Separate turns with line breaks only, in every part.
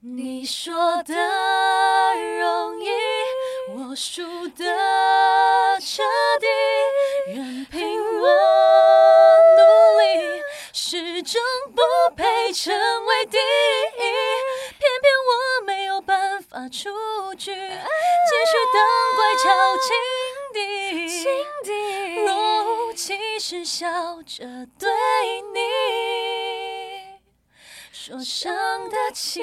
你说的容易，我输的彻底，任凭我努力，始终不配成为第一。偏偏我没有办法出局，继续当乖巧情敌。
敌
若无其事笑着对你说伤得起。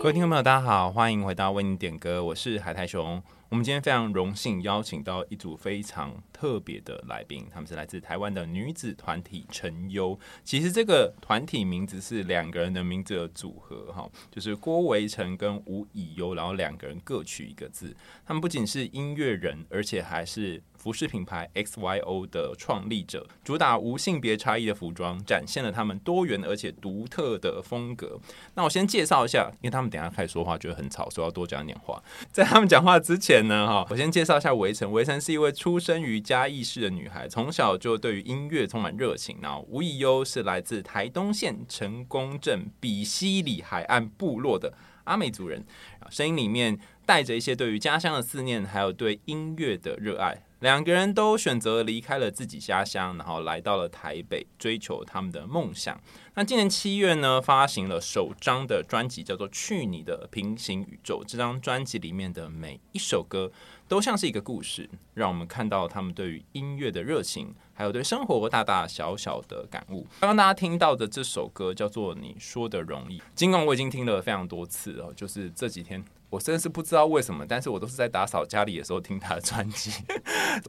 各位听众朋友，大家好，欢迎回到为你点歌，我是海苔熊。我们今天非常荣幸邀请到一组非常特别的来宾，他们是来自台湾的女子团体陈优。其实这个团体名字是两个人的名字的组合，哈，就是郭维成跟吴以优，然后两个人各取一个字。他们不仅是音乐人，而且还是服饰品牌 XYO 的创立者，主打无性别差异的服装，展现了他们多元而且独特的风格。那我先介绍一下，因为他们等一下开始说话觉得很吵，所以要多讲点话。在他们讲话之前呢，哈，我先介绍一下维晨。维晨是一位出生于嘉义市的女孩，从小就对于音乐充满热情。然后吴以优是来自台东县成功镇比西里海岸部落的阿美族人，啊声音里面带着一些对于家乡的思念，还有对音乐的热爱。两个人都选择离开了自己家乡，然后来到了台北，追求他们的梦想。那今年七月呢，发行了首张的专辑，叫做《去你的平行宇宙》。这张专辑里面的每一首歌都像是一个故事，让我们看到他们对于音乐的热情，还有对生活大大小小的感悟。刚刚大家听到的这首歌叫做《你说的容易》，尽管我已经听了非常多次哦，就是这几天。我真的是不知道为什么，但是我都是在打扫家里的时候听他的专辑。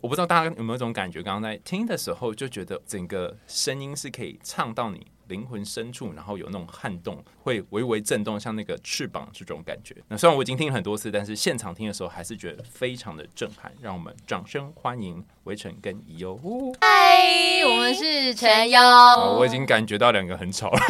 我不知道大家有没有一种感觉，刚刚在听的时候就觉得整个声音是可以唱到你灵魂深处，然后有那种撼动，会微微震动，像那个翅膀这种感觉。那虽然我已经听了很多次，但是现场听的时候还是觉得非常的震撼。让我们掌声欢迎围城跟怡优。呜
嗨，我们是陈优。
好我已经感觉到两个很吵了，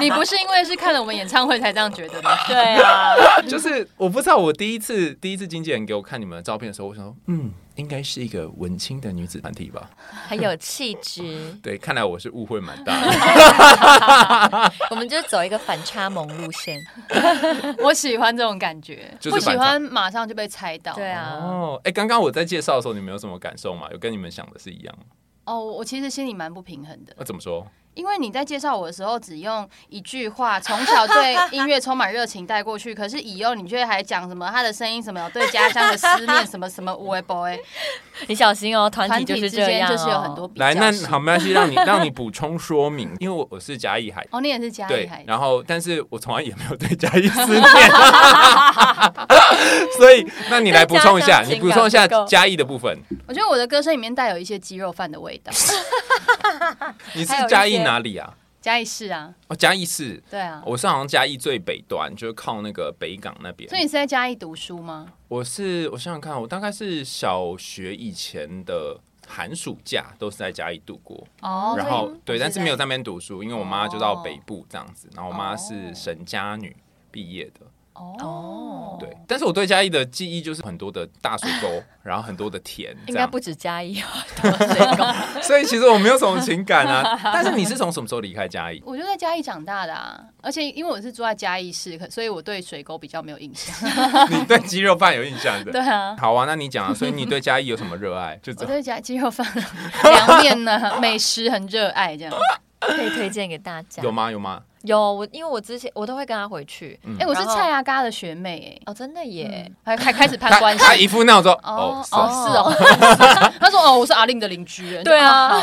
你不是因为是看了我们演唱会才这样觉得 吗？
对啊，
就是我不知道我第一次第一次经纪人给我看你们的照片的时候，我想说，嗯，应该是一个文青的女子团体吧。
很有气质，
对，看来我是误会蛮大的。
我们就走一个反差萌路线。
我喜欢这种感觉，
就是
不
反
喜欢马上就被猜到。
对
嗯
啊，
哦，哎、刚刚我在介绍的时候，你们有什么感受吗？有跟你们想的是一样吗？
哦，我我其实心里蛮不平衡的，
那、怎么说？
因为你在介绍我的时候，只用一句话，从小对音乐充满热情带过去，可是以后你却还讲什么他的声音什么对家乡的思念什么什么 w e b o 哎，
你小心哦，团
团
体
体
就是
之
这
间
样、哦，
就是有啊很多比较
来，那
性
好，没关系，让你让你补充说明，因为我我是嘉义海。
哦，你也是家里
对
孩，子，
然后但是我从来也没有对嘉义思念，所以那你来补充一下，
对家乡
你补充一下
情感不够
嘉义的部分。
我觉得我的歌声里面带有一些鸡肉饭的味道，
你是
还有一
嘉义
些
哪里啊？
嘉义市啊，
哦，嘉义市，
对啊，
我是好像嘉义最北端，就是靠那个北港那边。
所以你是在嘉义读书吗？
我是我想想看，我大概是小学以前的寒暑假都是在家里度过，
哦
然后对，但是没有
在。
在那边读书，因为我妈就到北
哦
部这样子，然后我妈是沈家女毕业的，
哦，
对。但是我对嘉义的记忆就是很多的大水沟，然后很多 的田，这
应该
样，
不止嘉义哦，
啊
所以其实我没有什么情 感啊。但是你是从什么时候离开嘉义？
我就在嘉义长大的啊，而且因为我是住在嘉义市，可所以我对水沟比较没有印象。
你对鸡肉饭有印象 的？
对啊，
好啊，那你讲啊，所以你对嘉义有什么热爱？就这
我
样。
对嘉鸡肉 饭、凉面呢、美食很热爱，这样。
可以推荐给大家。
有吗？有吗？
有我，因为我之前我都会跟他回去。
哎、我是蔡阿嘎的学妹、
哦，真的
哎、
嗯
耶，
还还开始攀
他
关
他
系。
一副那种说哦
哦
是
哦
哦，
是哦， 他说哦我是阿令的邻居，哎
对啊，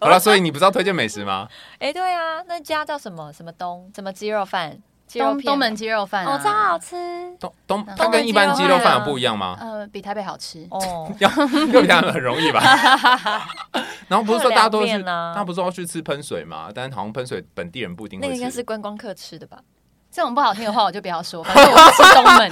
好了，所以你不是要推荐美食吗？
哎、对啊，那家叫什么什么东什么鸡肉饭，鸡
就
肉
好东
片
东门鸡肉饭啊，
哦，超好吃
东东，
嗯
它跟一般鸡肉饭有不一样吗？
呃比台北好吃。
哦。
要要比它很容 易吧？然后不是说大家都
还有
去，
凉面啊
大家不是说要去吃喷水吗？但是好像喷水本地人不一定
那个应
会
该是
吃。
观光客吃的吧？
这种不好听的话我就不要说，反正我是吃东 门。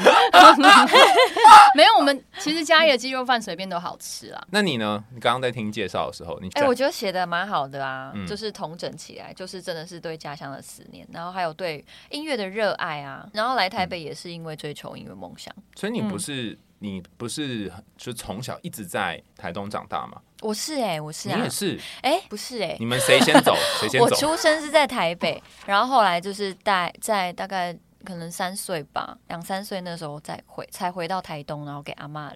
没有，我们其实嘉义的鸡肉饭随便都好吃啦。
那你呢？你刚刚在听介绍的时候，你
哎、我觉得写的蛮好的啊，
嗯
就是统整起来，就是真的是对家乡的思念，然后还有
嗯
对音乐的热爱啊，然后来台北也是因为追求音乐梦想。
所以你不是你不是就从小一直在台东长大嘛？
我是哎、我是
你
啊
也，是，
哎、不是哎、
你们谁先 走谁先
我
走？
出生是在台 北，然后后来就是在在大概可能三岁吧，两三岁那时候再回才回到台东，然后给阿妈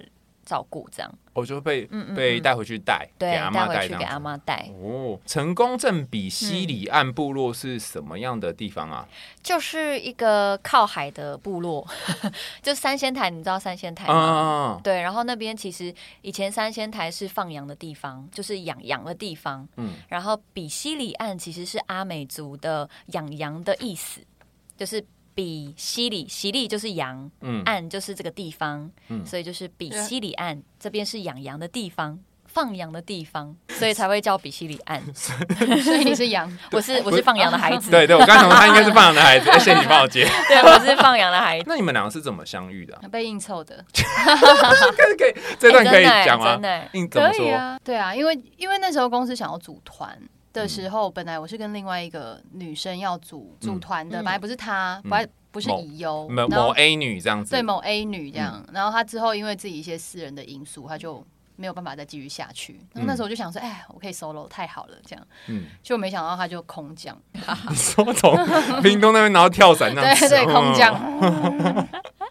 照顾这样，
我就被
嗯嗯
被
嗯
带回去带，给
对，
阿
带
妈带
回去
这
给阿
样子。
妈带，
哦，成功镇比西里岸部落是什么样的地方啊？
就是一个靠海的部落， 就三仙台，你知道三仙台吗？
啊，
对，然后那边其实以前三仙台是放羊的地方，就是养羊的地方。
嗯，
然后比西里岸其实是阿美族的养羊的意思，就是比西里，西里就是羊，
嗯，
岸就是这个地方，
嗯
所以就是比西里岸这边是养羊的地方。放羊的地方，所以才会叫比西里 岸。
所以你是羊，
我是我是放羊的 孩子，
对对，我刚才说他应该是放羊的孩 子，哎谢谢你帮我接。
对，我是放羊的孩子。
那你们两个是怎么相遇的啊？
被应酬的。
可以可以， 这段
哎
可以
真的哎
讲吗
真的哎？
你怎么
可以
说？
啊，对啊，因为因为那时候公司想要组团的时
嗯
候，本来我是跟另外一个女生要组组团的，本
嗯
来不是她，
嗯
本来不是
某
乙优，
某
然
某
后
A 嗯女这样子
对，某 A 女这样，然后她之后因为自己一些私人的因素，她就。没有办法再继续下去，然后那时候我就想说，哎，我可以 solo 太好了，这样，
嗯，
就没想到她就空降，
你说从屏东那边然后跳伞这样
对
子，
对，空降
嗯。，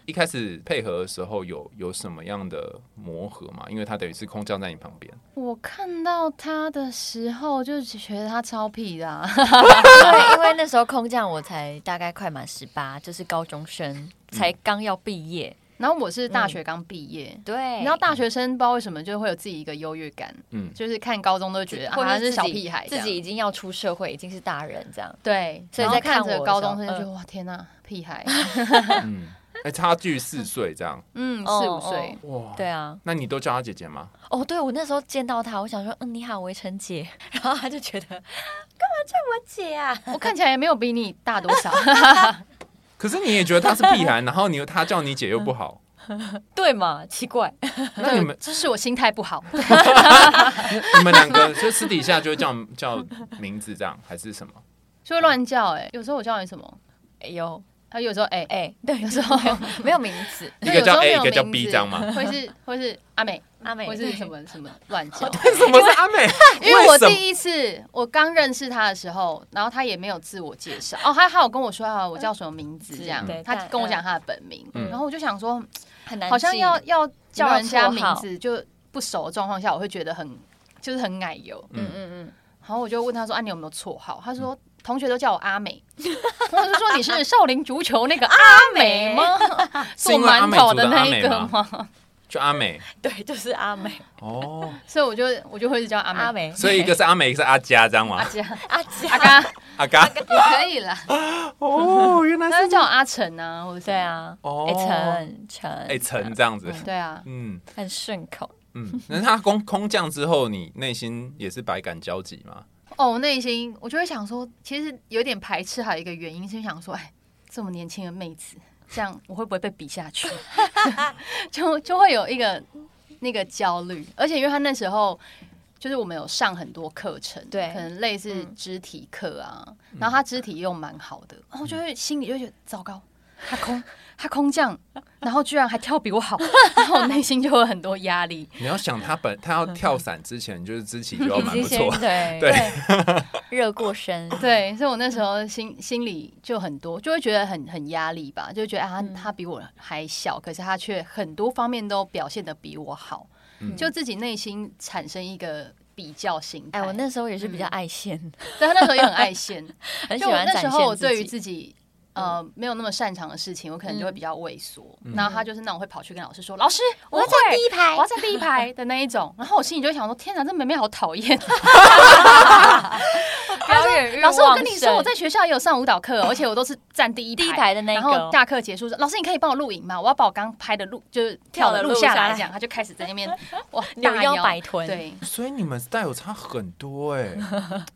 一开始配合的时候有有什么样的磨合吗？因为他等于是空降在你旁边，
我看到他的时候，就觉得他超屁的、啊，
对，因为那时候空降我才大概快满十八，就是高中生，才刚要毕业。
然后我是大学刚毕业。
对，
你知道大学生不知道为什么就会有自己一个优越感，
嗯，
就是看高中都觉得啊
或者
他
自
是
己
小屁孩这
自
样，
己已经要出社会，已经是大人这样。
对，
所以
然后
在看
看
我的
着
时候
高中生就觉得哇天呐，屁孩，
嗯，哎，差距四岁这样，
嗯，
哦
四五岁，
哇，
对啊，
那你都叫她姐姐吗？
哦，对我那时候见到他，我想说，嗯，你好，维晨姐， 然后他就觉得干嘛叫我姐啊？
我看起来也没有比你大多 少，
可是你也觉得她是屁孩，然后你又她叫你姐又 不好，
对嘛，奇怪，
那你们
这是我心态不 好，
你们两个 就私底下就会叫叫名字这样，还是什么？
就会乱叫哎、有时候我叫你什么，
哎呦，
他有时候哎、
哎、对，有时候没有没有名 字，
一个叫 A，一个叫 B
名字
这样吗？
会 是会是阿美，
阿美哦
会是什？么什么 乱 叫，
什么是阿美？
哦因为我
什么
第一次我刚认识他的时候，然后他也没有自我介绍，哦，他还有跟我说啊，我叫什么名字这样
对，
他
但
跟我讲他的本名，
嗯
然后我就想说，
很难记，
好像要要叫人家
有没
名
有绰号
字就不熟的状况下，我会觉得很就是很奶油，
嗯嗯
然后我就问他说，啊，你有没有绰号？他说。同学都叫我阿美， 我就说你是少林足球那个阿美吗？
是
做
因为
馒
阿美
头
族
的
的阿
那一
美
个
吗？
吗？
就阿美
嗯，对，就是阿美，
哦，
所以我就我就会叫阿美。
阿美，
所以一个是阿美，一个是阿佳这样
阿
吗？
佳
阿姐，
阿嘎
阿嘎
也可以啦，
哦，原来
他就叫我阿成啊，或者
对啊，
哦
哎、陈陈，
哎陈这样子，
对啊，
嗯。
很顺口，
嗯，那他空空降之后，你内心也是百感交集吗？
哦，我内心我就会想说，其实有点排斥，还有一个原因是想说，哎，这么年轻的妹子，这样我会不会被比下去？ 就就会有一个那个焦虑，而且因为他那时候。就是我们有上很多课程，
对
可能类似
嗯
肢体课啊，然后他肢体又蛮好的，然后就会心里就会觉得糟糕，他空他空降，然后居然还跳比我好， 然后我内心就会有很多压力，
你要想他本他要跳伞之前，就是肢体就要蛮
已
不
经
错
先，对
对，
热过身，
对，所以我那时候心心里就很多，就会觉得很很压力吧，就会觉得
嗯
啊，他他比我还小，可是他却很多方面都表现的比我好，
嗯
就自己内心产生一个比较心态。
哎，我 那时候也是比较爱现，
对他那时候也很爱现，
很
嗯
喜
就我
欢
那
展
时
现
候我
自
对于
己，嗯
自己。呃，没有那么擅长的事情，我可能就会比较畏缩。然后他就是那种会跑去跟老师说：“老师，我要在第一排，我要在第一排的那一种。”然后我心里就会想说：“天哪，这妹妹好讨厌！”啊
表演欲
老师，我跟你
旺
说，我
盛
在学校也有上舞蹈课，而且我都是站第一排
第一排的那一个
然后下课结束说，老师你可以帮我录影吗？我要把我刚拍的录，就是跳的录下来，这样他就开始在那 边哇
扭
大
腰摆臀
对
所以你们带有差很多哎、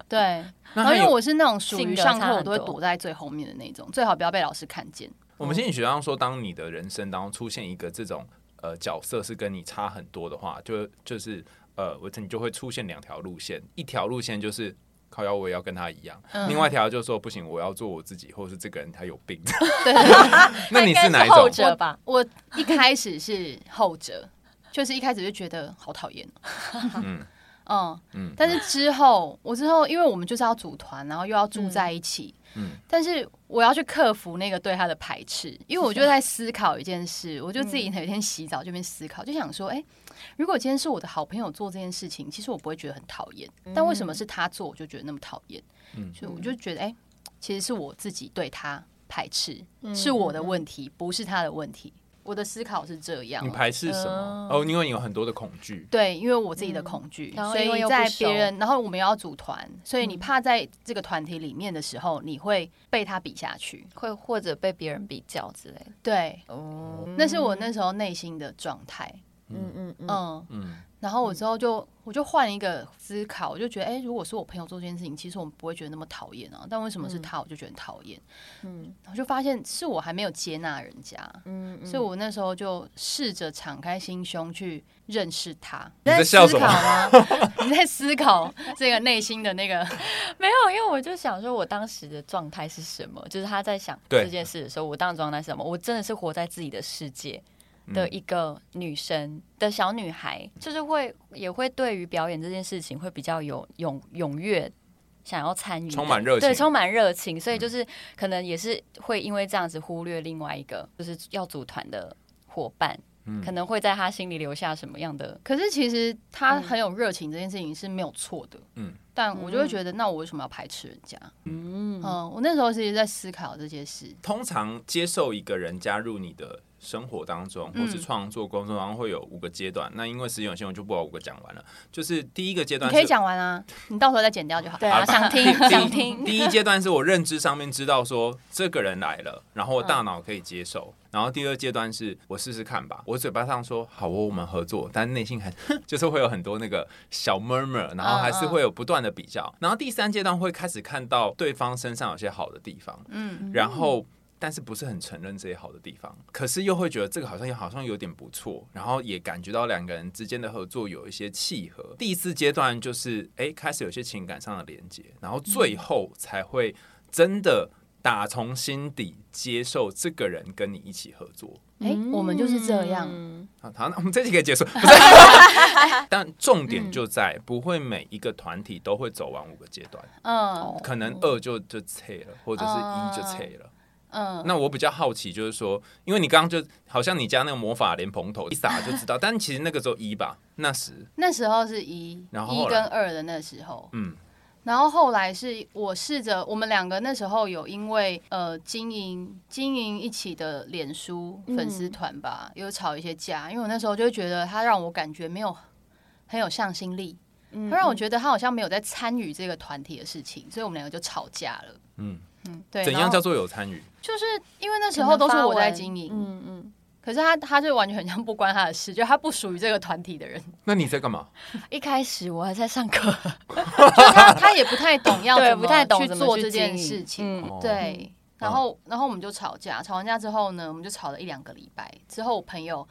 对。
那
然后
还
因为
有
我是那种属于
性格
上
差
课我
很
都会
多
躲在最后面的那种，最好不要被老师看见。
我们心理学上说，当你的人生当中出现一个这种呃角色是跟你差很多的话，就就是呃，我你就会出现两条路线，一条路线就是靠腰我也要跟他一样。
嗯
另外一条就是说不行，我要做我自己，或者是这个人他有病。
对对对
那你
他应该
哪一
是后
种？
者吧？
我一开始是后者，就是一开始就觉得好讨厌哦。
嗯
嗯，
嗯，
但是之后我之后，因为我们就是要组团，然后又要住在一起，
嗯嗯
但是我要去克服那个对他的排斥，因为我就在思考一件事，我就自
嗯
己有一天洗澡这边思考，就想说，哎、如果今天是我的好朋友做这件事情，其实我不会觉得很讨厌，但为什么是他做我就觉得那么讨厌？
嗯
所以我就觉得，哎、其实是我自己对他排斥，
嗯
是我的问题，不是他的问题。我的思考是这样
你
啦，
排斥什么？哦，因为你有很多的恐惧。
对，因为我自己的恐惧，
嗯然后
所
因为
以
又
在
不熟嗯
别人，然后我们又要组团，所以你怕在这个团体里面的时候，你会被他比下去。
会或者被别人比较之类的。
对，
哦，
那是我那时候内心的状态。
嗯嗯嗯，
嗯，
嗯，
然后我之后就我就换一个思考，我就觉得，哎、如果是我朋友做这件事情，其实我们不会觉得那么讨厌啊，但为什么
嗯
是他，我就觉得很讨厌。
嗯
然后就发现是我还没有接纳人家，
嗯嗯
所以我那时候就试着敞开心胸去认识他。
你在笑什么
思考吗？ 你在思考这个内心的那个
没有，因为我就想说，我当时的状态是什么？就是他在想
对
这件事的时候，我当时状态是什么？我真的是活在自己的世界
嗯
的一个女生、的小女孩，就是会也会对于表演这件事情会比较有踊踊跃。想要参与的，
充满热情嗯
对，充满热情，所以就是可能也是会因为这样子忽略另外一个就是要组团的伙伴，
嗯
可能会在他心里留下什么样的
可是其实他很有热情，这件事情是没有错的。
嗯
嗯，但我就会觉得，那我为什么要排斥人家？
嗯
嗯，我那时候其实在思考这些事。
通常接受一个人加入你的生活当中，或
嗯
是创作工作当中，会有五个阶段。那因为时间有限，我就不把五个讲完了。就是第一个阶
你
段
可以
是。
讲完啊，你到时候再剪掉就好。
对啊，
好吧
想听
第
想
一
听，
第一阶段是我认知上面知道说这个人来了，然后我大脑可以接受。然后第二阶段是我试试看吧，我嘴巴上说好哦，我们合作，但内心还就是会有很多那个小 murmur，然
嗯
后还是会有不断的比较。然后第三阶段会开始看到对方身上有些好的地方，
嗯，
然后但是不是很承认这些好的地方，可是又会觉得这个好像也好像有点不错，然后也感觉到两个人之间的合作有一些契合。第四阶段就是哎开始有些情感上的连接，然后
嗯
最后才会真的打从心底接受这个人跟你一起合作。
哎、我们就是这样。
嗯
好，好那我们这集可以 结束。不是，但重
嗯
点就在不会每一个团体都会走完五个阶段，
嗯
可能二就就撤了，或者是一就撤了。
嗯，
那我比较好奇，就是说，因为你刚刚就好像你家那个魔法莲蓬头 一撒就知道，但其实那个时候一吧，那时
那时候是一，
然后
一
后来
跟二的那时候，
嗯
然后后来是我试着，我们两个那时候有因为呃经营经营一起的脸书粉丝团吧，有吵一些架，因为我那时候就会觉得他让我感觉没有很有向心力，他让我觉得他好像没有在参与这个团体的事情，所以我们两个就吵架了。
嗯，
对，
怎
然
样
后
叫做有参与？
就是因为那时候都是我在经营，
嗯嗯。
可是他他就完全很像不关他的事，就他不属于这个团体的人，
那你在干嘛？
一开始我还在上课，
就 他他也不太懂要
对，
怎么
不太懂
去
怎么
做
去
这件
经营
事情。
嗯
哦，
对，然
嗯
后然后我们就吵架，吵完架之后呢，我们就吵了一两个礼拜。之后我朋友，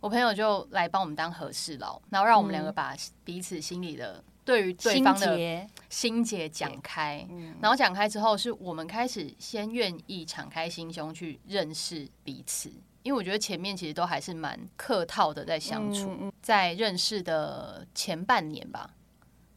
我朋友就来帮我们当和事佬，然后让我们两个把彼此心里的对于 对
心
方的
结，
嗯心结讲开。
嗯
然后讲开之后，是我们开始先愿意敞开心胸去认识彼此。因为我觉得前面其实都还是蛮客套的在
嗯
相处，在认识的前半年吧，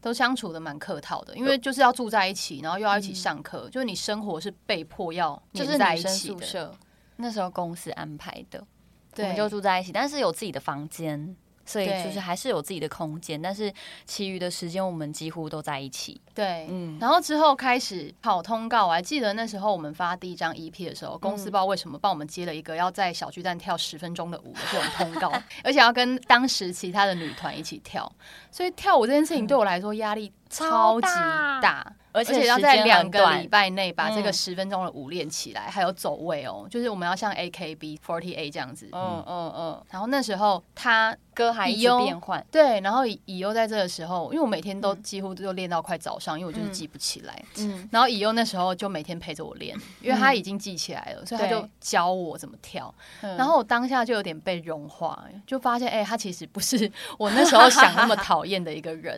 都相处的蛮客套的，因为就是要住在一起，然后又要一起上课，就是你生活是被迫要
嗯就是
黏在
女
一
生
起
宿
的，
舍，那时候公司安排的，我
对，
们就住在一起，但是有自己的房间，所以
对
就是还是有自己的空间，但是其余的时间我们几乎都在一起。
对，
嗯
然后之后开始跑通告，我还记得那时候我们发第一张 EP 的时
嗯
候，公司不知道为什么帮我们接了一个要在小巨蛋跳十分钟的舞的这种通 告，而且要跟当时其他的女团一起跳，所以跳舞这件事情对我来说压力超级
超
大。
而
而
且
且要在
时间
两
很
个
短
礼拜内把这个
嗯
十分钟的舞练起来，还有走位哦，就是我们要像 AKB48 这样子。
嗯嗯嗯，
然后那时候他
歌还一直
哟
变换，
对，然后以以优在这个时候，因为我每天都几乎都练到快早上，因为我就是记不起来。
嗯
然后以优那时候就每天陪着我练，因为他已经记起来了，所以他就
对
教我怎么跳。
嗯
然后我当下就有点被融化，就发现哎、他其实不是我那时候想那么讨厌的一个人，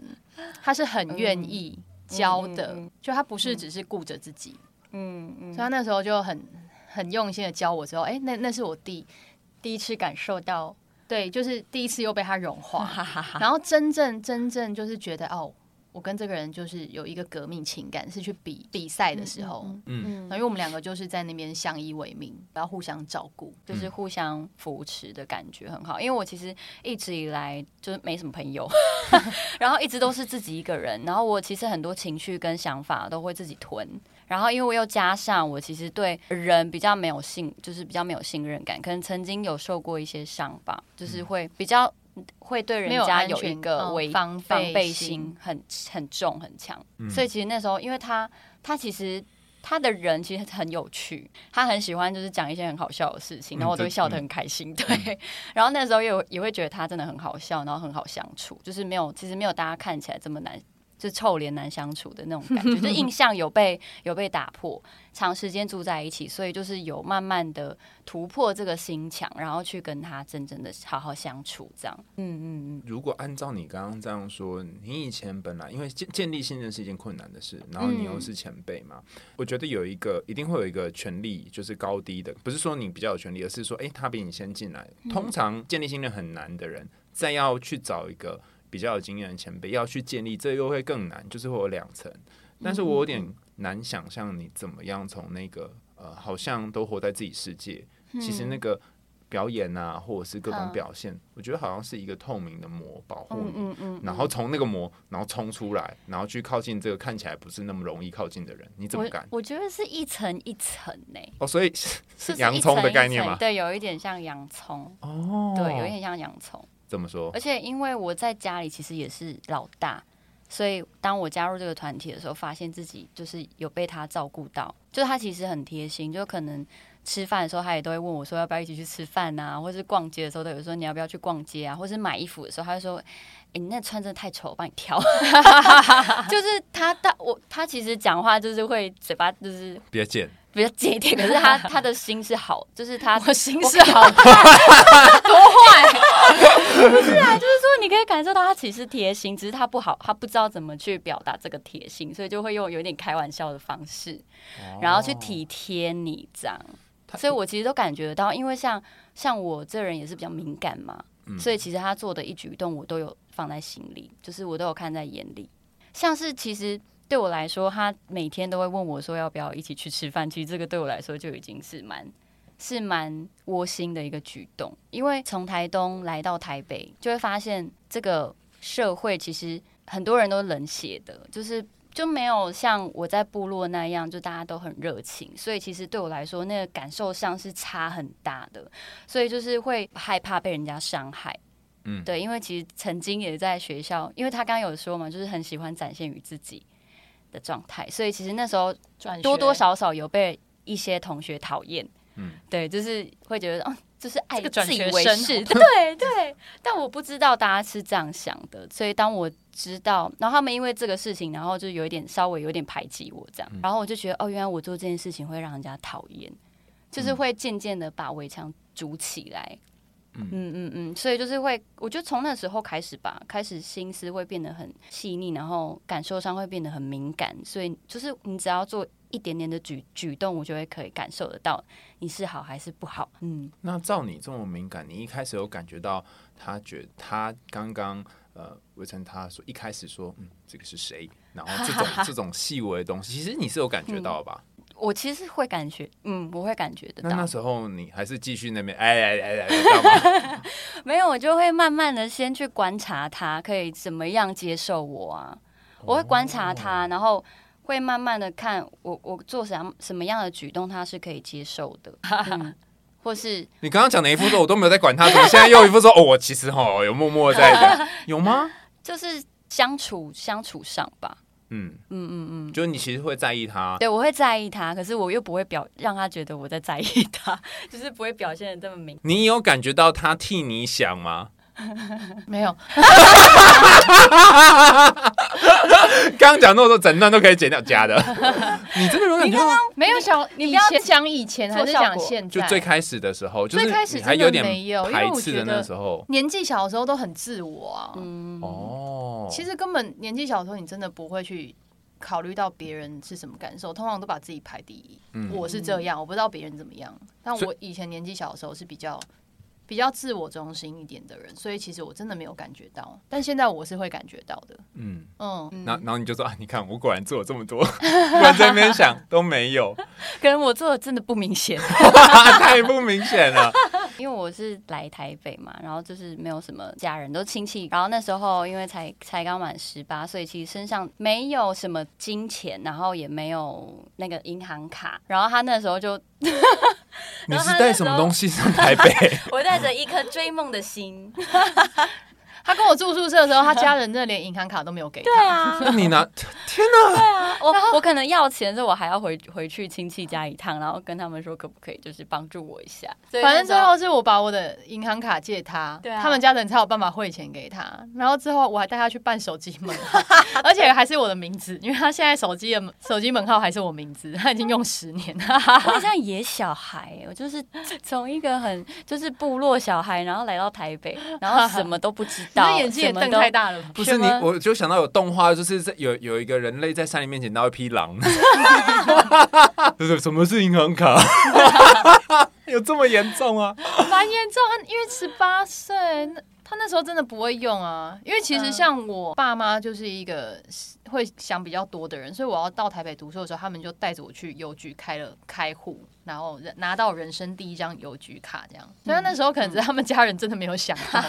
他是很愿意教的，
嗯嗯嗯嗯
就他不是只是顾着自己，
嗯嗯
所以他那时候就很很用心的教我之后，哎、那那是我弟，
第一次感受到，
对，就是第一次又被他融化，
哈哈哈，
然后真正真正就是觉得哦，我跟这个人就是有一个革命情感，是去比比赛的时候，
嗯，
然后因为我们两个就是在那边相依为命，然后互相照顾，
就是互相扶持的感觉很好。因为我其实一直以来就是没什么朋友， 然后一直都是自己一个人，然后我其实很多情绪跟想法都会自己吞。然后，因为我又加上我其实对人比较没有信，就是比较没有信任感，可能曾经有受过一些伤吧，就是会比较会对
嗯没有
人家
安
有一
全
个
嗯
危
防
防备
心，
心很很重很强，
嗯
所以其实那时候，因为他他其实他的人其实很有趣，他很喜欢就是讲一些很好笑的事
嗯
情，然后我都
这
会笑得很开心，对。然后那时候也有也会觉得他真的很好笑，然后很好相处，就是没有其实没有大家看起来这么难。就是臭脸难相处的那种感觉，就是印象有被有被打破，长时间住在一起，所以就是有慢慢的突破这个心墙，然后去跟他真正的好好相处，这样。嗯嗯嗯，
如果按照你刚刚这样说，你以前本来因为建建立信任是一件困难的事，然后你又是前辈嘛，我觉得有一个一定会有一个权利，就是高低的，不是说你比较有权利，而是说，诶，他比你先进来。通常建立信任很难的人，再要去找一个比较有经验的前辈要去建立，这又会更难，就是会有两层。
嗯
但是我有点难想象你怎么样从那个呃，好像都活在自己世界，
嗯
其实那个表演啊，或者是各种
嗯
表现，我觉得好像是一个透明的膜保护你，
嗯嗯
然后从那个膜，然后冲出来，然后去靠近这个看起来不是那么容易靠近的人，你怎么敢？
我？我觉得是一层一层呢、
哦，所以是
就是
洋葱的概念
一层一
吗
层？对，有一点像洋葱，
哦，
对，有一点像洋葱。
怎么说
而？且因为我在家里其实也是老大，所以当我加入这个团体的时候，发现自己就是有被他照顾到，就他其实很贴心，就可能。吃饭的时候，他也都会问我说要不要一起去吃饭啊，或是逛街的时候，他有说你要不要去逛街啊，或是买衣服的时候，他就说：“哎、你那穿真的太丑，我帮你挑。” 就是他，他我他其实讲话就是会嘴巴就是
别剪，
比较贱一点，可是 他他的心是好，就是他
我心
我
是好的，
就是你可以感受到他其实贴心，只是他不好，他不知道怎么去表达这个贴心，所以就会用有点开玩笑的方式，然后去体贴你这样。所以我其实都感觉得到，因为像像我这人也是比较敏感嘛，
嗯
所以其实他做的一举一动我都有放在心里，就是我都有看在眼里。像是其实对我来说，他每天都会问我说要不要一起去吃饭，其实这个对我来说就已经是蛮是蛮窝心的一个举动，因为从台东来到台北，就会发现这个社会其实很多人都冷血的，就是就没有像我在部落那样，就大家都很热情，所以其实对我来说，那个感受上是差很大的，所以就是会害怕被人家伤害。
嗯
对，因为其实曾经也在学校，因为他刚刚有说嘛，就是很喜欢展现于自己的状态，所以其实那时候
转学
多多少少有被一些同学讨厌。
嗯
嗯，对，就是会觉得，哦，就是爱
这个转
自以
学
为
生
是，
哦
对 对。但我不知道大家是这样想的，所以当我知道，然后他们因为这个事情，然后就有一点稍微有点排挤我这样，然后我就觉得，哦，原来我做这件事情会让人家讨厌，就是会渐渐的把围墙筑起来。
嗯
嗯嗯嗯，所以就是会，我觉得从那时候开始吧，开始心思会变得很细腻，然后感受上会变得很敏感，所以就是你只要做一点点的举举动，我就会可以感受得到你是好还是不好。嗯，
那照你这么敏感，你一开始有感觉到他觉他刚刚呃，维晨他说一开始说嗯，这个是谁？然后 这种这种细微的东西，其实你是有感觉到吧？
我其实会感觉，嗯，我会感觉得
那
到
那。时候你还是继续那边哎哎哎哎哎干嘛？
没有，我就会慢慢的先去观察他可以怎么样接受我啊，我会观察他，然后会慢慢的看我我做什么什么样的举动他是可以接受的，嗯、 或是
你刚刚讲的一副说我都没有在管他，怎么现在又一副说哦，我其实哦有默默在 的，有吗？
就是相处相处上吧。
嗯嗯嗯嗯，就是你其实会在意他，
对，我会在意他，可是我又不会表让他觉得我在在意他， 就是不会表现的这么明。
你有感觉到他替你想吗？
嗯
没有，
刚刚讲那么多，整段都可以剪掉，假 的。你真的有感觉到吗？
没有想 你
你不
不要
要
讲以前还
做
是
效
讲
果
现在，
就最开始的时候，就是
最开始
你还
真的
点
没有因为
排
我
斥
觉
的那
得
时候。
年纪小的时候都很自我啊，
嗯，
哦，
其实根本年纪小的时候，你真的不会去考虑到别人是什么感受，通常都把自己排第一。
嗯
我是这样，我不知道别人怎么样，但
所
我以前年纪小的时候是比较比较自我中心一点的人，所以其实我真的没有感觉到，但现在我是会感觉到的。
嗯，
嗯，
然后然后你就说啊，你看我果然做了这么多， 我在那边想都没有，
可能我做的真的不明显，
太不明显 了。
因为我是来台北嘛，然后就是没有什么家人，都亲戚。然后那时候因为才才刚满十八岁，其实身上没有什么金钱，然后也没有那个银行卡。然后他那时候就，
你是带什么东西上台北？
我带着一颗追梦的心，
他跟我住宿舍的时候，他家人真的连银行卡都没有给他。
对 啊，
那 你拿天 哪！
我我可能要钱，所以我还要回回去亲戚家一趟，然后跟他们说可不可以就是帮助我一下。所以
反正
那时
最
候
后是我把我的银行卡借他，
对啊
他们家人才有办法汇钱给他。然后之后我还带他去办手机门号， 而且还是我的名字，因为他现在手机的门手机门号还是我名字，他已经用十年了。
我很像野小孩，我就是从一个很就是部落小孩，然后来到台北，然后什么都不知
你
道，
的眼睛也
什么
瞪
都
太大了吧？
不是
什
你
么，
我就想到有动画，就是在有有一个人类在山里面捡到一 匹狼， 就是什么是银行卡？ 有这么严重 啊？
蛮严重，他因为十八岁，那他那时候真的不会用啊。因为其实
嗯
像我爸妈就是一个会想比较多的人，所以我要到台北读书的时候，他们就带着我去邮局开了开户，然后人拿到人生第一张邮局卡这样。所以他那时候可能是他们家人真的没有想到，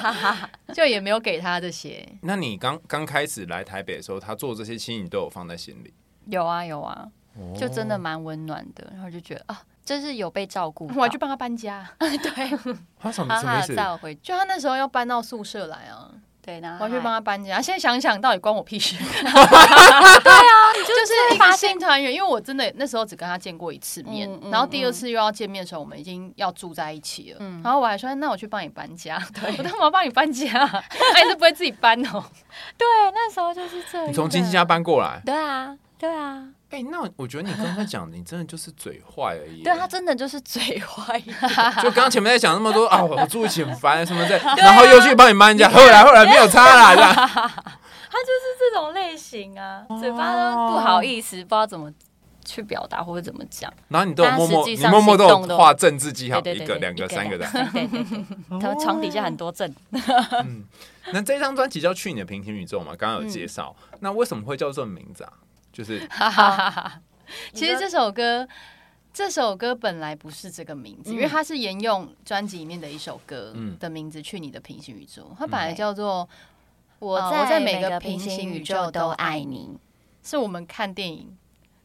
就也没有给他这些。
那你刚刚开始来台北的时候，他做这些其实你都有放在心里，
有啊有啊，就真
哦
的蛮温暖的，然后就觉得啊，真是有被照 顾到，
我还去帮他搬家，
他什么
好
什么意
好
思？
载我回
就他那时候要搬到宿舍来啊，
对，然
我
后
还去帮
还
他搬家。啊现在想想，到底关我屁事？ 就是
是
一
发
个
现
新团员，因为我真的那时候只跟他见过一次面，
嗯嗯
然后第二次又要见面的时候，我们已经要住在一起了。
嗯
然后我还说，那我去帮你搬家， 我干嘛帮你搬家、啊？还是不会自己搬 哦。
对那时候就是这样，
你从亲戚家搬过来？
对啊对啊，
哎、那我觉得你刚才讲，你真的就是嘴坏而已。
对啊 他真的就是嘴坏，
就刚前面在讲那么多啊，我住一起很烦什么 的，
啊
然后又去帮你搬家，后来后来没有差啦，这样。
他就是这种类型啊，嘴巴都不好意思，不知道怎么去表达或者怎么讲。
然后你都有默默，
但实际
你
上
默默都有
行动的
画政治记号，
对
一
对对
个、
对
两个、三个的。
对对对对， 他们床底下很多证。
那这张专辑叫《去你的平行宇宙》嘛，刚刚有介绍。
嗯
那为什么会叫这个名字啊？就是
其实这首歌，这首歌本来不是这个名字，
嗯
因为它是沿用专辑里面的一首歌
嗯
的名字《去你的平行宇宙》，它本来叫做。
嗯我
呃
在
每
每个
个
平
平
行
行
宇
宇
宙
宙
都
都
爱
爱
你。
是我们看电影，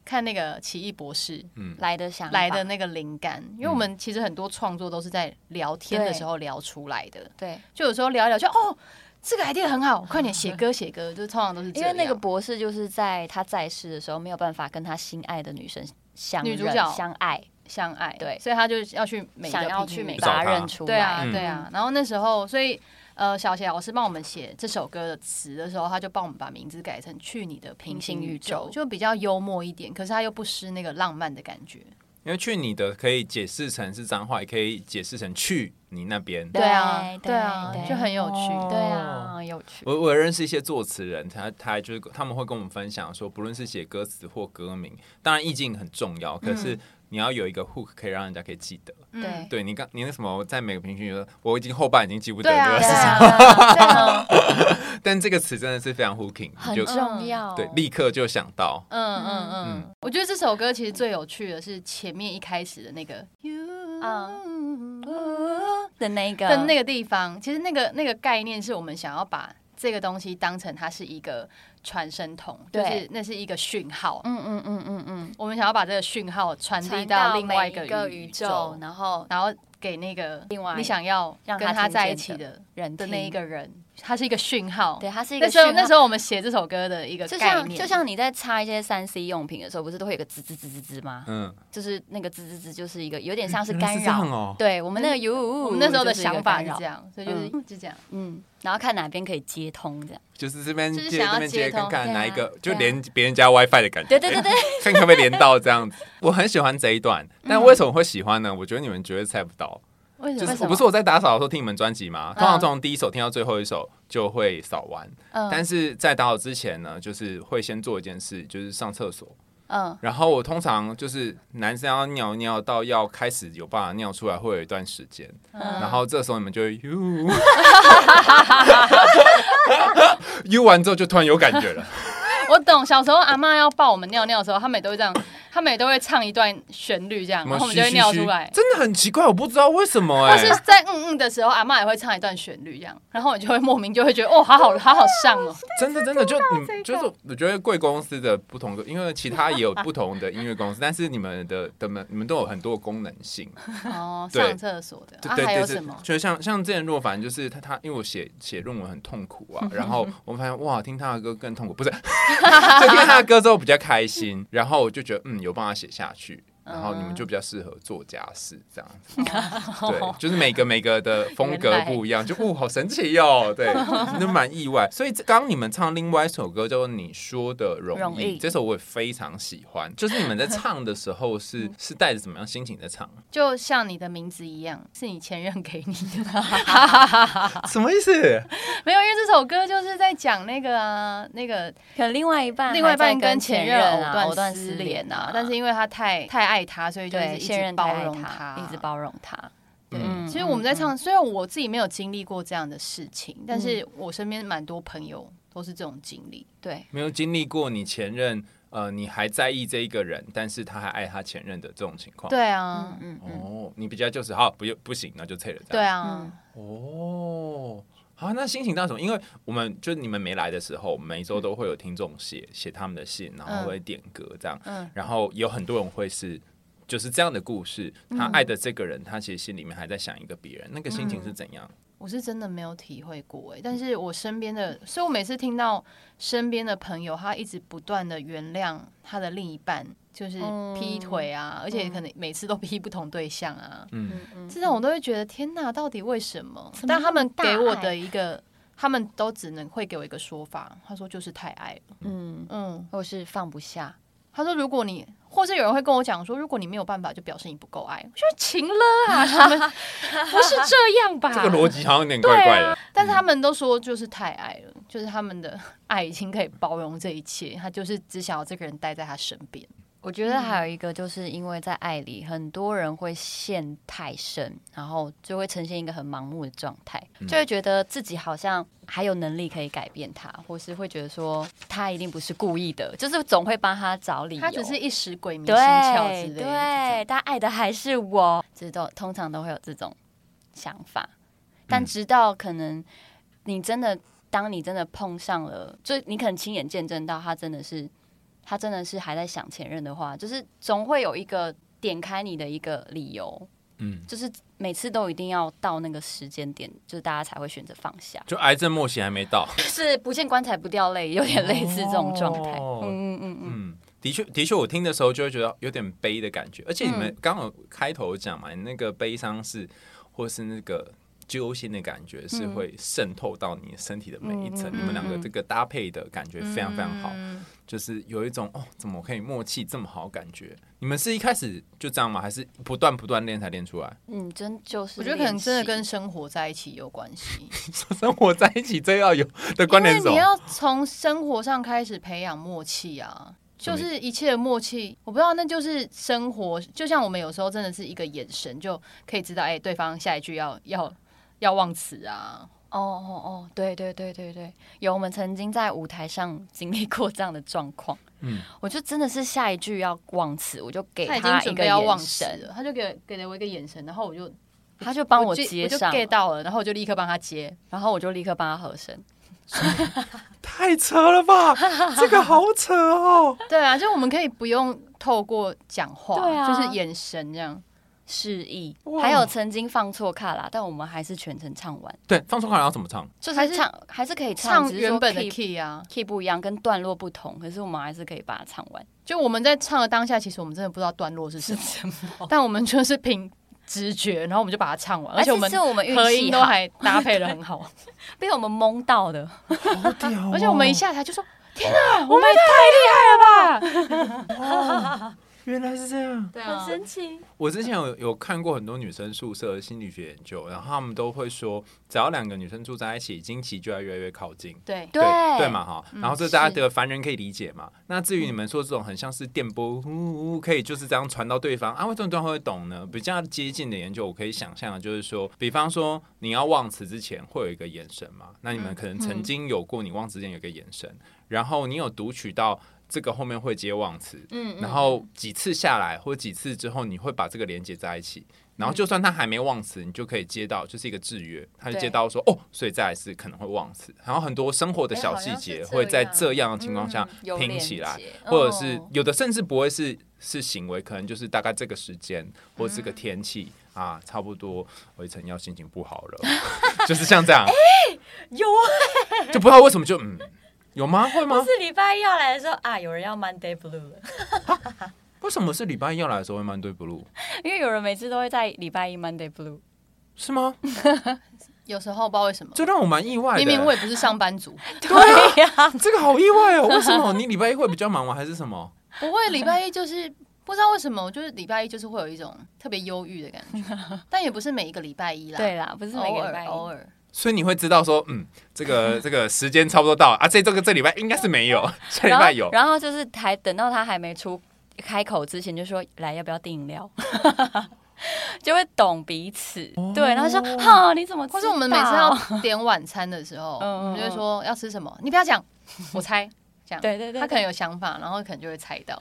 看那个《奇异博士》，
嗯，
来的想法
来的那个灵感，因为我们其实很多创作都是在聊天的时候聊出来的，
对，
就有时候聊一聊就哦，这个 idea 很好，快点写歌写 歌，就通常都是这
因
样
为那个博士就是在他在世的时候没有办法跟他心爱的女生相
女主
认
角
相爱，
相爱，
对
所以他就是要去每
想要去
每
美
找
把
他
他认出来。
对啊
嗯
对啊，然后那时候所以。呃，小写老师帮我们写这首歌的词的时候，他就帮我们把名字改成“去你的平行宇宙”，
平行宇宙
就比较幽默一点，可是他又不失那个浪漫的感觉。
因为去你的可以解释成是脏话，也可以解释成去你那边。
对
啊，对啊
对，
就很有趣。
哦
对啊，很有趣。
我我认识一些作词人，他他就是他们会跟我们分享说，不论是写歌词或歌名，当然意境很重要，可
嗯
是你要有一个 hook 可以让人家可以记得。
嗯
对
对你刚你那什么，在每个平均宇宙，我已经后半已经记不得
对啊，
了，
对
是
啊，
什
对啊，
但这个词真的是非常 hooking，你
很
就
重要，
对立刻就想到。
嗯嗯
嗯
嗯，我觉得这首歌其实最有趣的是前面一开始的那个
嗯的那个
跟那个地方，其实那个那个概念是我们想要把这个东西当成它是一个传声筒，就
对
是那是一个讯号，
嗯嗯嗯嗯嗯，
我们想要把这个讯号传递
传到
另外
每一
个
宇
宙，
然后
然后给那个
另外
你想要
让
跟
他
他
听
在一
见
起
的
的
人
的那一
听
个人，它是一个讯号。
对，它是一个
那时候
讯号
那时候我们写这首歌的一个
就
概
像
念，
就像你在擦一些三 C 用品的时候，不是都会有个滋滋滋滋滋吗？
嗯，
就是那个滋滋滋，就是一个有点像是
原来
干
是这
扰。
样哦
对我们那个有，我
我们那时候的想法是这，样，所以就是
嗯
就这样。
嗯，然后看哪边可以接通这样。
就是这边
就是
接
想要
这边接
接通
看看
对啊
哪一个，就
对啊
连别人家 WiFi 的感觉，
对对对对，
看
嗯
可不可以连到这样子。我很喜欢这一段，但为什么会喜欢呢？我觉得你们绝对猜不到，
为什
就
么？为嗯
是
什
我不
么
是？我在打扫的时候听你们专辑嘛，通常从第一首听到最后一首就会扫完，但
嗯
是在打扫之前呢，就是会先做一件事，就是上厕所。
嗯，
然后我通常就是男生要尿尿到要开始有办法尿出来，会有一段时间。
嗯
然后这时候你们就 会呦，呦完之后就突然有感觉了。
嗯我懂。小时候阿妈要抱我们尿尿的时候，他们也都会这样，他们也都会唱一段旋律这样，
什
然
么
后我们
嘘
就会
嘘
尿
嘘
出来。
真的很奇怪，我不知道为什么
或
哎、
是在嗯嗯的时候，阿妈也会唱一段旋律这样，然后你就会莫名就会觉得哦，好好好好上哦。
真的真的就你们就是我觉得贵公司的不同的，因为其他也有不同的音乐公司，但是你们的的们你们都有很多功能性。
哦，
对
上厕所的
对
啊，
对
还
对
有
对
什么？
就像像之前若凡，就是他他，因为我写写论文很痛 苦啊，然后我发现哇，听他的歌更痛苦，不是， 就听他的歌之后比较开心，然后我就觉得嗯，有办法写下去。然后你们就比较适合做家事这样
嗯
子，对，就是每个每 个的风格不一样，就哦，好神奇哦，对，就蛮意外。所以这刚刚你们唱另外一首歌叫做《你说的容
容
易
易》，
这首我也非常喜欢。就是你们在唱的时
嗯
候是是带着怎么样心情在唱？啊
就像你的名字一样，是你前任给你的。
什么意思？
没有，因为这首歌就是在讲那个啊，那个
可能另外一半
另外一
还
半
在
跟
跟
前任
任啊
藕
藕断
断
丝
丝连啊
啊，，
但是因为他太太爱他，所以就是
对
一
现
直
任太
包
爱
容
他，一直包容他。
对
嗯，
其实我们在唱，虽然我自己没有经历过这样的事情，
嗯
但是我身边蛮多朋友都是这种经历。
对，
没有经历过你前任，呃，你还在意这一个人，但是他还爱他前任的这种情况。，
对啊，
嗯嗯嗯，
哦，你比较就是好，不用不行，那就退了。
对，啊
嗯，
哦。啊，那心情到什么？因为我们就你们没来的时候，每一周都会有听众写写他们的信，然后会点歌这样，
嗯
然后有很多人会是就是这样的故事，
嗯
他爱的这个人，他其实心里面还在想一个别人，那个心情是怎样？
我是真的没有体会过哎，但是我身边的，所以我每次听到身边的朋友，他一直不断的原谅他的另一半，就是
嗯
劈腿啊，而且可能每次都劈不同对象啊，
嗯，
这种我都会觉得天哪，到底为什么？
么
但他们
那么大
给我
爱
的一个，他们都只能会给我一个说法，他说就是太爱了，
嗯，
嗯，
或是放不下，
他说如果你。或是有人会跟我讲说，如果你没有办法，就表示你不够爱。我觉得晴了啊，什 么不是这样吧？
这个逻辑好像有点怪怪的。
但是他们都说就是太爱了，就是他们的 爱已经可以包容这一切，他就是只想要这个人待在他身边。
我觉得
嗯
还有一个，就是因为在爱里，很多人会陷太深，然后就会呈现一个很盲目的状态，就会觉得自己好像还有能力可以改变他，或是会觉得说他一定不是故意的，就是总会帮他找理由。
他只是一时鬼迷心
对
窍之类的。
对，他爱的还是我，这都通常都会有这种想法，但
嗯
直到可能你真的，当你真的碰上了，就你可能亲眼见证到他真的是，他真的是还在想前任的话，就是总会有一个点开你的一个理由，
嗯，
就是每次都一定要到那个时间点，就是大家才会选择放 下，
就癌症末期还没到，
就是不见棺材不掉泪，有点 类似这种状态。
哦
嗯嗯嗯嗯，
嗯，的确，的确，我听的时候就会觉得有点悲的感觉，而且你
嗯
们刚好开头讲嘛，你那个悲伤是，或是那个揪心的感觉是会渗透到你身体的每一层，
嗯嗯嗯
你们两个
嗯嗯
这个搭配的感觉非常非常好，
嗯
就是有一种哦，怎么可以默契这么好的感觉？你们是一开始就这样吗？还是不断不断练才练出来？
嗯，真就是
我觉得可能
练
真的
习
跟生活在一起有关系，
生活在一起最要有的关
因
联
为
是什
你
么？
要从生活上开始培养默契啊，
什么
就
意思
是一切的默契。我不知道，那就是生活，就像我们有时候真的是一个眼神就可以知道，哎、对方下一句要要要忘词啊，
哦哦哦，对对对对对，有我们曾经在舞台上经历过这样的状况，
嗯，
我就真的是下一句要忘词，我就给
他已经
一
准
个
备要忘
眼
词
神，
了，他就给给了我一个眼神，然后我就
他就帮我
就
接
我就
上，
get 到了，然后我就立刻帮他接。
然 后我就立刻帮他和声，
太扯了吧，这个好扯哦。
对啊，就我们可以不用透过讲话，
对啊
就是眼神这样。
示意
哇，
还有曾经放错卡啦，但我们还是全程唱完，
对，放松卡然后怎么唱？
就
还
是
是
唱还是可以
唱
只是说
原本的
key
key 啊，
key 不一样，跟段落不同，可是我们还是可以把它唱完。
就我们在唱的当下，其实我们真的不知道段落是什么，但我们就是凭直觉，然后我们就把它唱完，而且我们
是我们运
合音
气
都
好，
还搭配的很好，
被我们蒙到的，
好屌哦、
而且我们一下台就说：“天啊，我们也太厉害了吧！”
原来是这样。
对
很
啊，
神奇。
我之前有有看过很多女生宿舍的心理学研究，然后他们都会说，只要两个女生住在一起，经期就要越来越靠近。
对，
对对嘛哈，
嗯
然后这大家
是嗯
的凡人可以理解嘛。那至于你们说这种很像是电波，呜呜可以就是这样传到对方啊，为什么对方会懂呢？比较接近的研究，我可以想象的就是说，比方说你要忘词之前会有一个眼神嘛，那
嗯
你们可能曾经有过你忘词之前有一个眼神，然后你有读取到这个后面会接忘词，
嗯嗯
然后几次下来或几次之后，你会把这个连接在一起。
嗯
然后就算他还没忘词，你就可以接到，就是一个制约，他就接到说哦，所以再来是可能会忘词。然后很多生活的小细
哎好
节
像是这样嗯
会在这样的情况下
有
拼
连
起来，
接
或者是
哦
有的甚至不会是是行为，可能就是大概这个时间或这个天气、啊，差不多围城要心情不好 了，就是像这样，
哎
有啊，
就不知道为什么就嗯，有吗？会吗？
是礼拜一要来的时候啊，有人要 Monday Blue 了。
为什么是礼拜一要来的时候会慢对 blue？
因为有人每次都会在礼拜一 Monday Blue，
是吗？
有时候不知道为什么，
这让我蛮意外的。
明明我也不是上班族，
对呀、
这个好意外哦，为什么你礼拜一会比较忙吗？还是什么？
不会礼拜一就是。不知道为什么，我就是礼拜一就是会有一种特别忧郁的感 觉，但也不是每一个礼拜一啦，
对 啦，不是每
偶
个礼
尔
拜一
偶尔，
所以你会知道说，嗯，这个 这个时间差不多到了啊，这这个这礼拜应该是没有，下礼
然
拜
后
有。
然后就是还等到他还没出开口之前，就说来要不要订饮料， 就会懂彼此。
哦
对，然后说哈、你怎么知道？
或是我们每次要点晚餐的时候，
嗯嗯
我们就会说要吃什么，你不要讲，我 猜，这样，
对对对，
他可能有想法，然后可能就会猜到，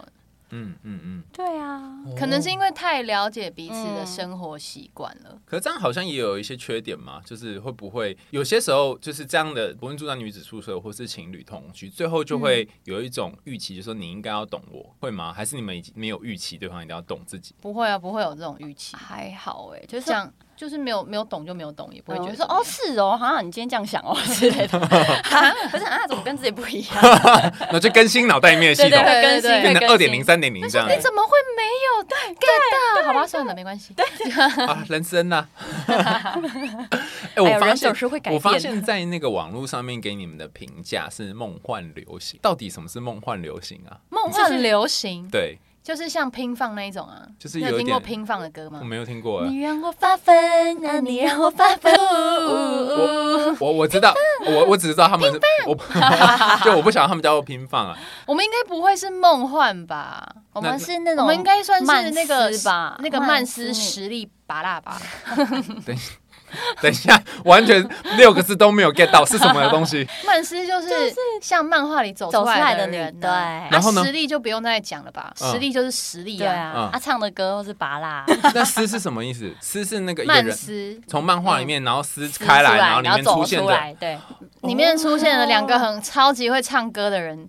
嗯嗯嗯，
对啊，
哦
可能是因为太了解彼此的生活习惯了。
可是这样好像也有一些缺点嘛，就是会不会有些时候就是这样的，不论住在女子宿舍或是情侣同居，最后就
嗯
会有一种预期，就说你应该要懂我，会吗？还是你们已经没有预期对方一定要懂自己？
不会啊，不会有这种预期，
还好哎、就是
这样欸就是嗯没有没有懂就没有懂，也不
我
会
会
觉得
觉得说
怎么
哦
样，
是哦，哈，你今天这样想哦 之 类的，哈不是啊，怎么跟自己不一 样？
那就更新脑袋里面的系
对对，
统，
会更
对对对
变
新，
成二
会更
点
新
零、三点零这样
你怎么会没有对 get 到？好吧，算了，没关系。
啊，人生呐、哎、
哎
我
呦
发
人
现
总是会改
我发
变
现在那个网络上面给你们的评价是梦幻流行，到底什么是梦幻流行啊？
梦幻流行
对，
就是像拼放那一种啊，
就是
你
有
有
一
听过
点
拼放的歌
我
吗？嗯
没有听过哎、
让我发疯，啊，你让我发
嗯
疯。
我我知道，我我只知道他们是，我就我不晓得他们叫做拼放啊。
我们应该不会是梦幻吧？
我们是那
我
种，
们应该算是
曼
那个
斯吧
那个曼
曼
斯
斯
实力拔辣 吧？
等一下，完全六个字都没有 get 到是什么东西。
曼斯就是像漫画里走
走出来
来
的
的人
女
呐、
对
然后呢
啊实力就不用再讲了吧，
嗯
实力就是实力
对
啊。
啊
嗯，
他唱的歌都是拔 啦，
那诗是什么意思？诗是那个一个
曼
人
斯
从漫画里面，然后撕开来，
出
然后里面
走
出现
出
的。
来，对，
里面出现了两
哦
个很超级会唱歌的人，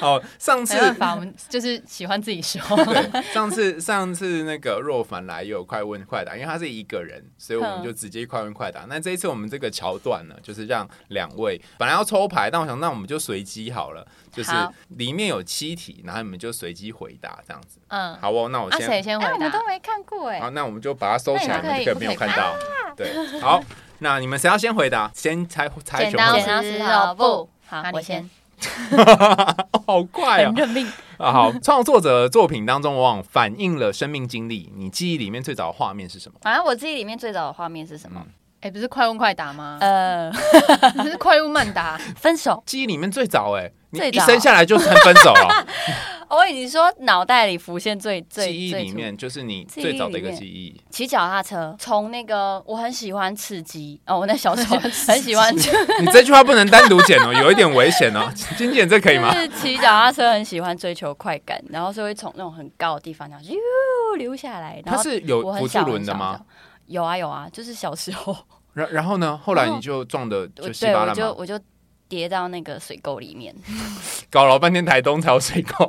哦，上次
没办法，我们就是喜欢自己 说。
对，上次上次那个若凡来也有快问快答，因为他是一个人，所以我们就直接快问快
嗯
答。那这一次我们这个桥段呢，就是让两位本来要抽牌，但我想那我们就随机好了，就是
好
里面有七题，然后你们就随机回答这样子。
嗯，
好哦，那我
啊，谁
先，
先回
哎，我们
答
都？没看过哎
好，，那我们就把它收起来，我
那
们
你
这
就可以啊
个没有看到。对，好，那你们谁要先回答？先猜猜
剪
拳
刀
或者
剪刀
石
石
头
头
布
布，好
那，你
我先
先，
哦 好快哦
很！认命，
啊，好，创作者的作品当中，往往反映了生命经历。你记忆里面最早的画面是什么？
反正我自己里面最早的画面是什么？
哎，不是快问快答吗？
嗯
呃，
不是快问慢答，
分手。
记忆里面最早哎、你
最
一
早
生下来就算分手了。
我已经哦说脑袋里浮现最 最
记忆
最
里
初
面就是你
记忆
最早的一个
里面
记忆。
骑脚踏车，从那个我很喜欢刺激哦，我那小时候很喜欢，就
你这句话不能单独剪哦，有一点危险 哦。金姐，这可以吗？
是骑脚踏车很喜欢追求快感，然后是会从那种很高的地方这样咻溜下来，然
它
后
是有辅
我很
助
小
轮的？
很小
吗
很小？有啊有啊，就是小时 候，
然然后呢？后来
然后
你就撞的
我
就稀
对
巴
我
烂
就
嘛，
我就跌到那个水沟里 面，
搞了半天台东才有水沟。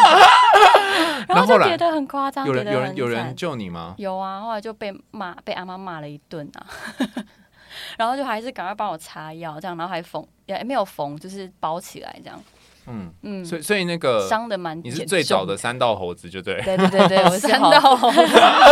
然
然后
后
后
就
来
跌得很夸张，
有人
跌得
有人
很
有
惨
人救你吗？
有啊，后来就被骂，被阿妈骂了一顿啊， 然后就还是赶快帮我擦药，这样，然后还缝也没有缝，就是包起来这样，
嗯，
嗯，
所以所以那个
伤的蛮
呃你
严
是
重
最早的，三道猴子，就对。
对对对对，我是
三
好
道猴子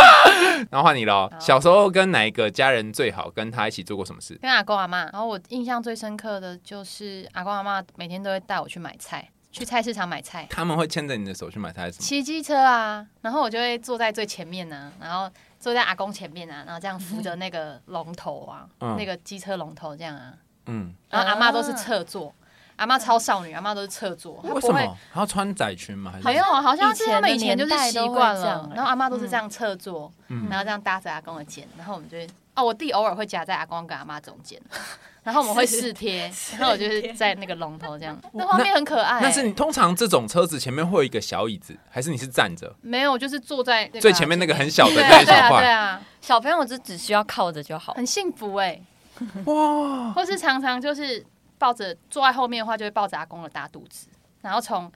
然后换你了，小时候跟哪一个家人最好？跟他一起做过什么事？
跟阿公阿妈，然后我印象最深刻的就是阿公阿妈每天都会带我去买菜，去菜市场买菜，
他们会牵着你的手去买菜什么？
骑机车啊，然后我就会坐在最前面呢、啊，然后坐在阿公前面啊，然后这样 扶着那个龙头啊，
嗯
那个机车龙头这样啊，
嗯，
然后阿妈都是
啊
侧坐，阿妈超少女，阿妈都是侧坐，她
为
不
什
会
么？还要穿窄裙吗？还是
好像好像是他们以
以
前
前的
就是习惯了
年代都会这样，
然后阿妈都是这样侧坐，
嗯
然后这样搭着阿公的肩，然后我们就会哦，我弟偶尔会夹在阿公跟阿妈中间，然后我们会试贴，然后我就是在那个龙头这样，那画面很可爱、
那是你通常这种车子前面会有一个小椅子，还是你是站着？
没有，就是坐在那个
最前面那个很小的
啊对
那
啊
一
对
小
啊对
块，
啊，
小朋友只只需要靠着就好，
很幸福哎、
哇！
或是常常就是抱着坐在后面的话，就会抱着阿公的大肚子，然后从。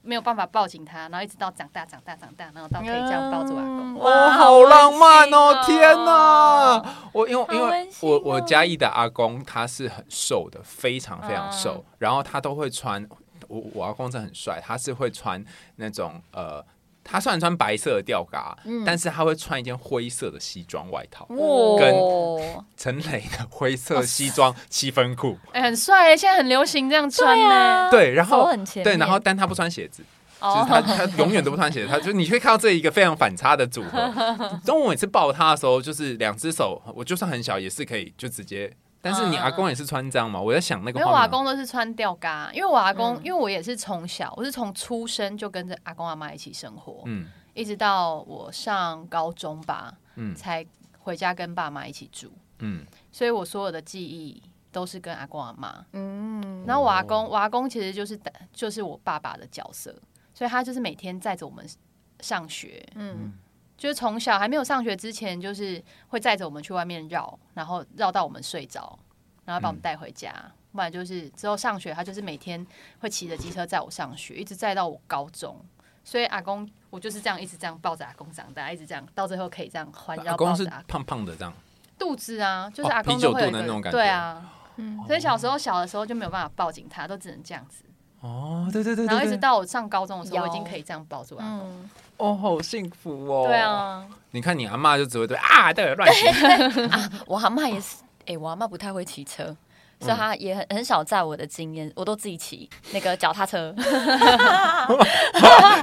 没有办法抱紧他，然后一直到长大长大长大，然后到可以这样抱住阿公。
哦，好浪漫哦！天哪，我因为因为
哦
我我嘉义的阿公他是很瘦的，非常非常瘦，
嗯
然后他都会穿我我阿公真的很帅，他是会穿那种呃，他虽然穿白色的吊嘎，
嗯
但是他会穿一件灰色的西装外套，
哇，
陈磊的灰色西装七分裤，
哎、很帅哎、现在很流行这样穿呢、
啊
对，然
走
后
很前
对，然后
面
但他不穿鞋子。
哦
就是他，他永远都不穿鞋，他就你会看到这一个非常反差 的组合。当我每次抱他的时候，就是两只手，我就算很小也是可以就直接。但是你阿公也是穿这样嘛？我在想那个
因为我阿
画面，
公都是穿吊嘎，因为我阿公，
嗯
因为我也是从小，我是从出生就跟着阿公阿妈一起生活，
嗯
一直到我上高中吧，
嗯
才回家跟爸妈一起住，
嗯，
所以我所有的记忆都是跟阿公阿妈。
嗯，
然后我阿公，我阿公其实就是就是我爸爸的角色，所以他就是每天载着我们上学，
嗯
就是从小还没有上学之前，就是会载着我们去外面绕，然后绕到我们睡着，然后把我们带回家。
嗯
不然就是之后上学，他就是每天会骑着机车载我上学，一直载到我高中。所以阿公，我就是这样一直这样抱着阿公长大，一直这样到最后可以这样环
阿
绕
公
抱
是
着阿
胖胖的这样，
肚子啊，就是
哦
阿公
啤
都
酒
会有一
肚
个
的那种感觉
对啊。
嗯
所以小时候小的时候就没有办法抱紧他，都只能这样子。
哦，对对对
然后一
对
直
对，
到我上高中的时候，
摇
我已经可以这样抱住阿公。
嗯，
哦，好幸福哦。
对，啊，
你看你阿妈就只会对啊，对乱 写，
我阿妈也是，哎，我阿妈不太会骑车。
嗯
所以她也很很少在我的经验，我都自己骑那个脚 踏车，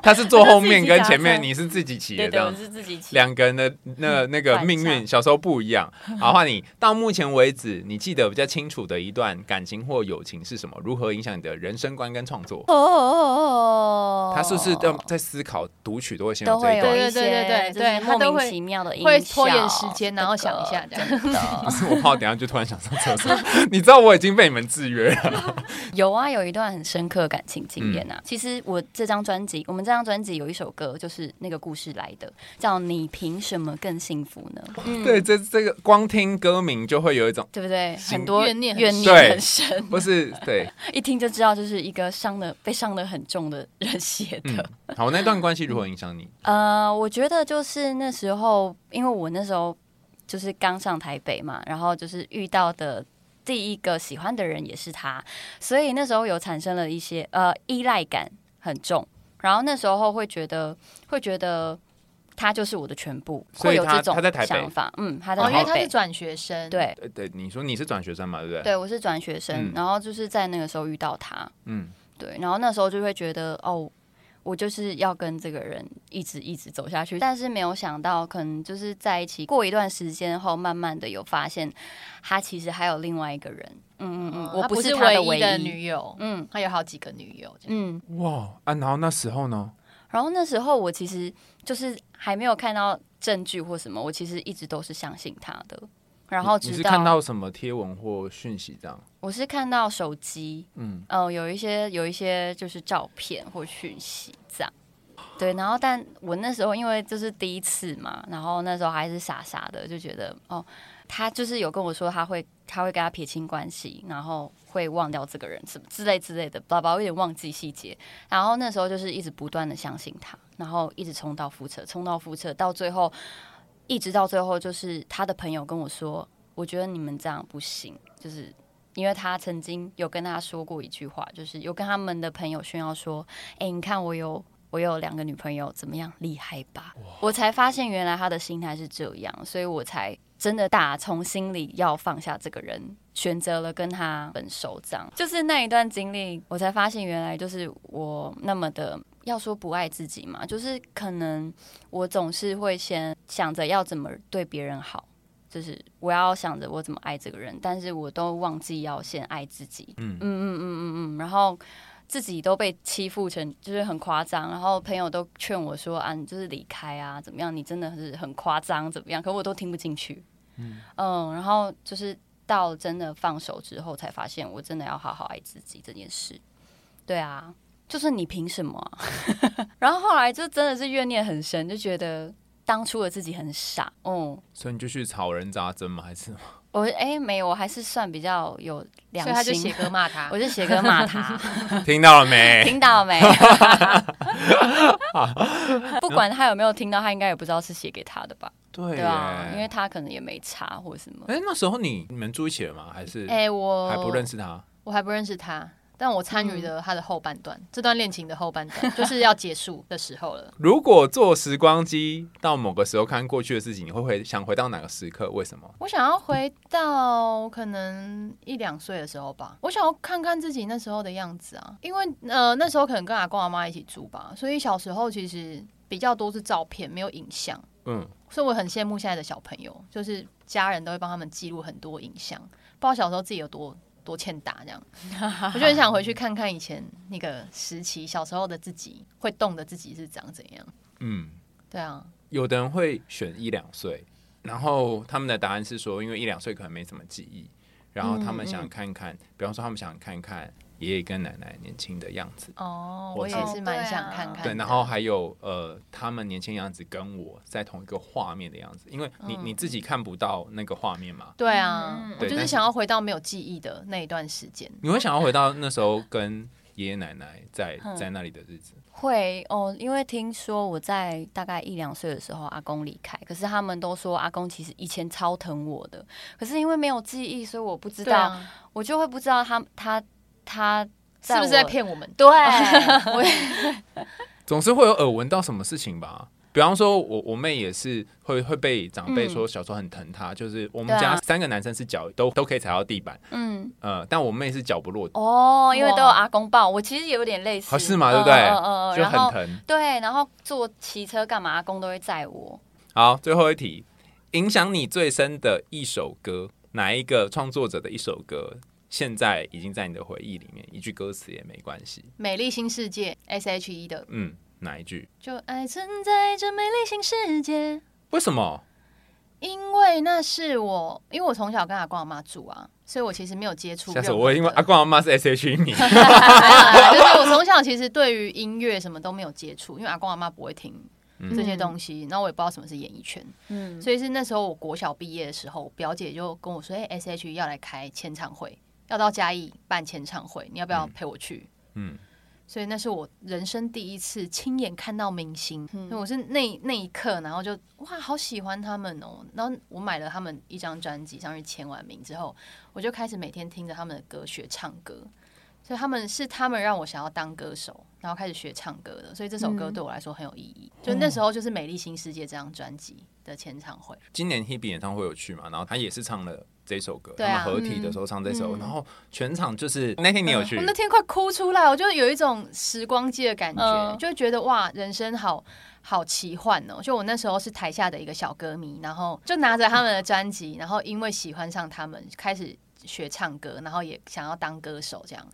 他是坐后面跟前
我就自己骑脚踏
面，
车
你是自己骑
对
的这
对，
样
我。是自己骑。
两个人 的那那个
反差
命运小时候不一 样。好，换你。到目前为止，你记得比较清楚的一段感情或友情是什么？如何影响你的人生观跟创作？
哦，
他是不是要在思考读取都会先有
都
这
会
一
有
段？
一些
对对对对
就是
他都
莫
会
名其妙的音
会
效
拖延时间然后想一下这样
真的
不是我怕我等一下就突然想上厕所， 你知道我已经被你们制约 了。
有啊，有一段很深刻的感情经验
嗯
啊。其实我这张专辑，我们这张专辑有一首歌，就是那个故事来的，叫《你凭什么更幸福呢》，
对，这这个光听歌名就会有一 种，
对不对？
心
很多
怨念很
怨
深对
念很深，
不是对，
一听就知道就是一个伤的被伤的很重的人写的。
嗯，好，那段关系如何影响你？
呃，我觉得就是那时候，因为我那时候就是刚上台北嘛，然后就是遇到的第一个喜欢的人也是他，所以那时候有产生了一些呃依赖感很重，然后那时候会觉得会觉得他就是我的全部，
所
会
以
有
他
这种
他在台北
想法，嗯，他在
哦，因为
台
他
北
是，转学生，，
对
呃，对，你说你是转学生嘛，对不对？，
对，我是转学生
嗯，
然后就是在那个时候遇到他，
嗯，
对，然后那时候就会觉得哦，我就是要跟这个人一直一直走下去，但是没有想到，可能就是在一起过一段时间后，慢慢的有发现，他其实还有另外一个人，嗯嗯嗯，我
哦他
不
不
是他
唯
的唯
的
一，
女友，
嗯
他有好几个女友，这样
嗯，
哇啊，然后那时候呢？
然后那时候我其实就是还没有看到证据或什么，我其实一直都是相信他的，然后
你你
直
是看到什么贴文或讯息这样？
我是看到手机，
嗯
嗯，呃，有一些有一些就是照片或讯息这样。对，然后但我那时候因为就是第一次嘛，然后那时候还是傻傻的，就觉得哦，他就是有跟我说他会他会跟他撇清关系，然后会忘掉这个人什么之类之类的，爸爸我有点忘记细节。然后那时候就是一直不断的相信他，然后一直冲到复测，冲到复测，到最后一直到最后就是他的朋友跟我说，我觉得你们这样不行，就是因为他曾经有跟他说过一句话，就是有跟他们的朋友炫耀说：“哎、你看我有我有两个女朋友，怎么样，厉害吧？”我才发现原来他的心态是这样，所以我才真的打从心里要放下这个人，选择了跟他分手。这样就是那一段经历，我才发现原来就是我那么的。要说不爱自己嘛，就是可能我总是会先想着要怎么对别人好，就是我要想着我怎么爱这个人，但是我都忘记要先爱自己。嗯
嗯
嗯嗯嗯嗯，然后自己都被欺负成就是很夸张，然后朋友都劝我说啊，你就是离开啊，怎么样？你真的是很夸张，怎么样？可我都听不进去。嗯然后就是到真的放手之后，才发现我真的要好好爱自己这件事。对啊，就是你凭什么、啊？ 然后后来就真的是怨念很深，就觉得当初的自己很傻。嗯，
所以你就去草人扎针吗？还是
我哎、没有，我还是算比较有良
所以他就
心
写。 哎歌骂他
我。就写歌 骂他，
听到了没？
听到没？不管他有没有听到，他应该也不知道是写给他的吧？
对
对啊，因为
耶。
他可能也没查或什么。
哎，那时候你你们住一起了吗？还是
哎、我
还不认，识他？
我还不认识他，但我参与了他的后半段，这段恋情的后半段，就是要结束的时候了。
如果坐时光机到某个时候看过去的事情，你会回想回到哪个时刻？为什么？
我想要回到可能一两岁的时候吧，我想要看看自己那时候的样子啊，因为呃那时候可能跟阿公阿妈一起住吧，所以小时候其实比较多是照片，没有影像，
嗯，
所以我很羡慕现在的小朋友，就是家人都会帮他们记录很多影像，不知道小时候自己有多多欠打这样，我就很想回去看看以前那个时期小时候的自己，会动的自己是长怎样，
嗯，
对啊，
有的人会选一两岁，然后他们的答案是说，因为一两岁可能没什么记忆，然后他们
嗯
想看看，比方说他们想看看爷爷跟奶奶年轻的样子，
哦，
我
我
是
也是蛮想看看的，
对，然后还有呃，他们年轻样子跟我在同一个画面的样子，因为你、你自己看不到那个画面嘛，
对啊，
嗯
我
对
就
但
是
是
想要回到没有记忆的那一段时间。
你会想要回到那时候跟爷爷奶奶在
嗯
在那里的日子，
会哦，因为听说我在大概一两岁的时候，阿公离开，可是他们都说阿公其实以前超疼我的，可是因为没有记忆，所以我不知
对
道，
啊，
我就会不知道他他他
是不是在
我？
骗我们？
对， 我
总是会有耳闻到什么事情吧。比方说我，我妹也是会会被长辈说小时候很疼她，就是我们
嗯对
家
啊
三个男生是脚都都可以踩到地板，
嗯
呃，但我妹是脚不落地，
哦，因为都有
哇
阿公抱，我其实有点类似，
啊是吗？对不对？
嗯嗯嗯嗯
就
然后
很疼。
对，然后坐骑车干嘛，阿公都会载我。
好，最后一题，影响你最深的一首歌，哪一个创作者的一首歌，现在已经在你的回忆里面，一句歌词也没关系。
美丽新世界 S.H.E 的，
嗯，哪一句？
就爱存在这美丽新世界，
为什么？
因为那是我，因为我从小跟阿公阿妈住啊，所以我其实没有接触。
下次我会因为阿，公阿妈是 S H E 迷，
就是啊我从小其实对于音乐什么都没有接触，因为阿公阿妈不会听
嗯
这些东西，然后我也不知道什么是演艺圈，
嗯，
所以是那时候我国小毕业的时候，我表姐就跟我说：“哎、s h e 要来开签唱会，要到嘉义办签唱会，你要不要陪我去？”
嗯，
所以那是我人生第一次亲眼看到明星，所以我是那那一刻，然后就哇，好喜欢他们哦。然后我买了他们一张专辑，上去签完名之后，我就开始每天听着他们的歌学唱歌。所以他们是他们让我想要当歌手，然后开始学唱歌的，所以这首歌
嗯
对我来说很有意义。就那时候就是《美丽新世界》这张专辑的签唱会。
今年 Hebe 演唱会有去嘛，然后他也是唱了这首歌，
对啊嗯
他们合体的时候唱这首，然后全场就是那天你有去
我，那天快哭出来，我就有一种时光机的感觉，
嗯
就觉得哇，人生好好奇幻哦！就我那时候是台下的一个小歌迷，然后就拿着他们的专辑，然后因为喜欢上他们，开始学唱歌，然后也想要当歌手这样。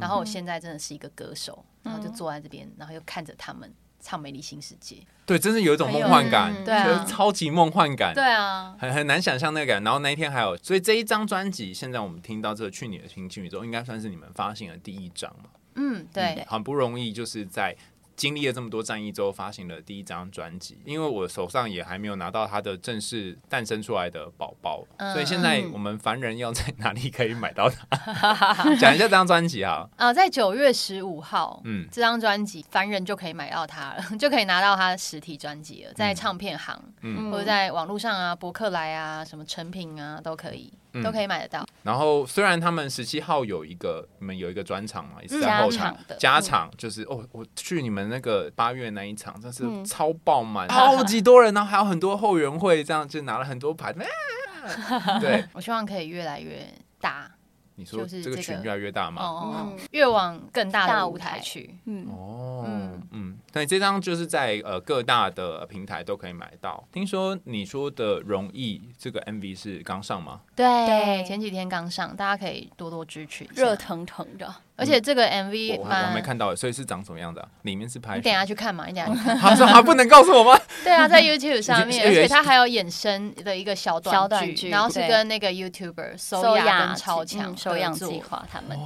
然后我现在真的是一个歌手，然后就坐在这边，然后又看着他们唱《美丽新世界》。
对，真是有一种梦幻感，
嗯
对啊
就是超级梦幻感，
对啊，
很很难想象那个感觉。然后那一天还有，所以这一张专辑，现在我们听到这个去你的心情宇宙，应该算是你们发行的第一张嘛？
嗯，对
嗯，很不容易，就是在。经历了这么多战役之后，发行了第一张专辑。因为我手上也还没有拿到他的正式诞生出来的宝宝，
嗯
所以现在我们凡人要在哪里可以买到它？ 讲一下这张专辑啊，
啊、在九月十五号，
嗯
这张专辑凡人就可以买到它了， 就可以拿到它的实体专辑了，在唱片行。
嗯
或者在网络上啊、博客来啊、什么成品啊都可以。
嗯
都可以买得到。
然后虽然他们十七号有一个你们有一个专场嘛，也是
嗯
在
加
后场
场的
加场，
嗯
就是哦，我去你们那个八月那一场，真是
嗯
超 爆满，超级多人，然后还有很多后援会，这样就拿了很 多牌。 啊对，
我希望可以越来越大，
你说
就是
这个
这
群
个
越来越大嘛？
哦
嗯，
越往更大
大
的
舞
舞台
台
去。
嗯，
哦
嗯，
嗯，对，这张就是在呃各大的平台都可以买到。听说你说的《容易》这个 MV 是刚上吗？
对，
对
前几天刚上，大家可以多多支持一
热
下。
腾腾的，
而且这个
我
MV
我还没哦
蛮，
看到耶，所以是长什么样的啊？里面是拍
你等一下去看嘛，你等一下去看。
他说他不能告诉我吗？
对啊，在 YouTube 上面，
哎
而
原
且它还有衍生的一个小短
小短剧
然后是
对
跟那个 YouTuber 收雅跟超强
嗯收养
合作
计划他们，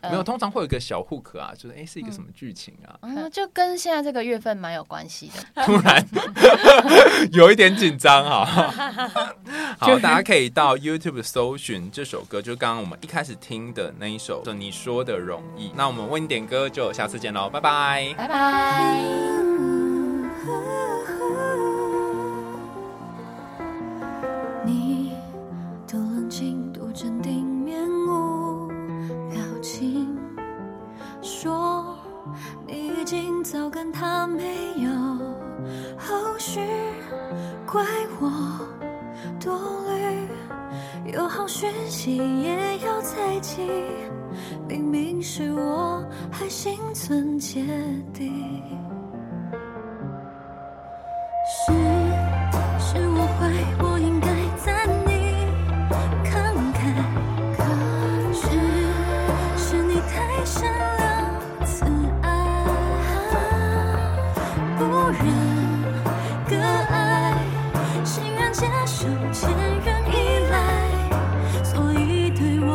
呃
没有，通常会有一个小 hook 啊，就是哎、诶是一个什么剧情啊？
嗯，就跟现在这个月份蛮有关系的。
突然有一点紧张哈。好，大家可以到 YouTube 搜寻这首歌，就是刚刚我们一开始听的那一首，就你说的容易。那我们为你点歌，就下次见喽，拜拜。
拜拜。
你多冷静，多镇定，面无表情，说你已经早跟他没有后续，怪我多虑，有好讯息也要猜忌，明明是我还心存芥蒂。是是我坏，我应该赞你慷慨。可是是你太善良慈爱，不忍割爱，欣然接受前任依赖，所以对我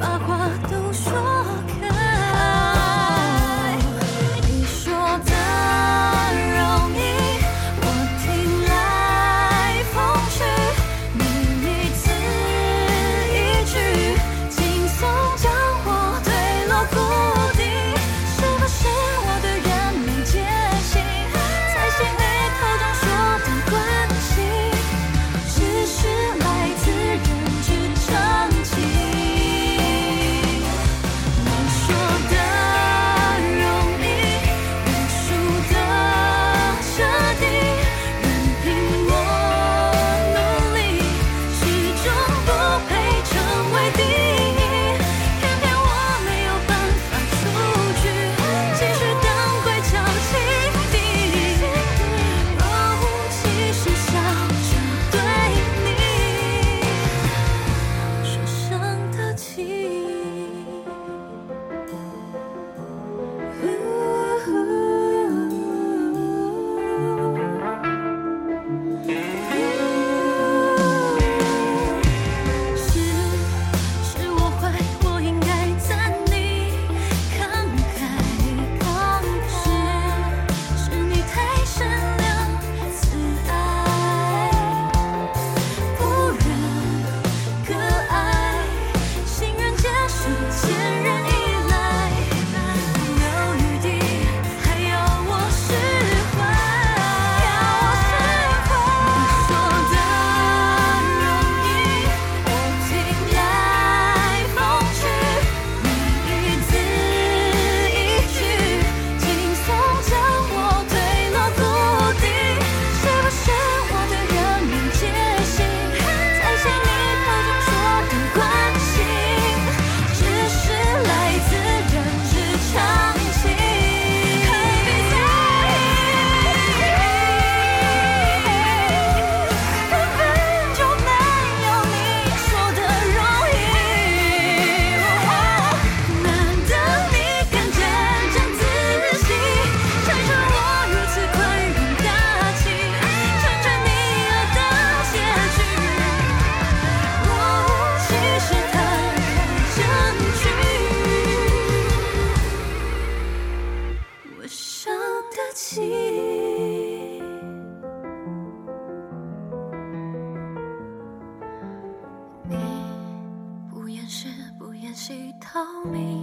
把话都说开。你说的容易，我听来风趣，你一字一句，轻松将我推落谷底。是不是我对人没戒心，才信你口中说的关心，只是来自人之常情？我说的容易，我输的彻底，任凭我努力，始终不配成为第一。偏偏我没有办法出局，继续当鬼脚轻敌，若无其事笑着对你说声对不起。是是我坏，我应该赞你慷慨。是是你太善良慈爱，不忍可爱，欣然接受前任依赖，没有余地，还要我释怀，要我释怀。你说的容易，我听来风趣，你一字一句，轻松将我推落谷底。是不是我对人没戒心，才信你口中说的关心，只是来自人之常情？根本就没有你说的容易，难得你敢沾沾自喜，拆穿我如此宽容大气，成全你爱的结局，若无其事坦然争取。我伤得起。你不掩饰，不掩饰，逃命。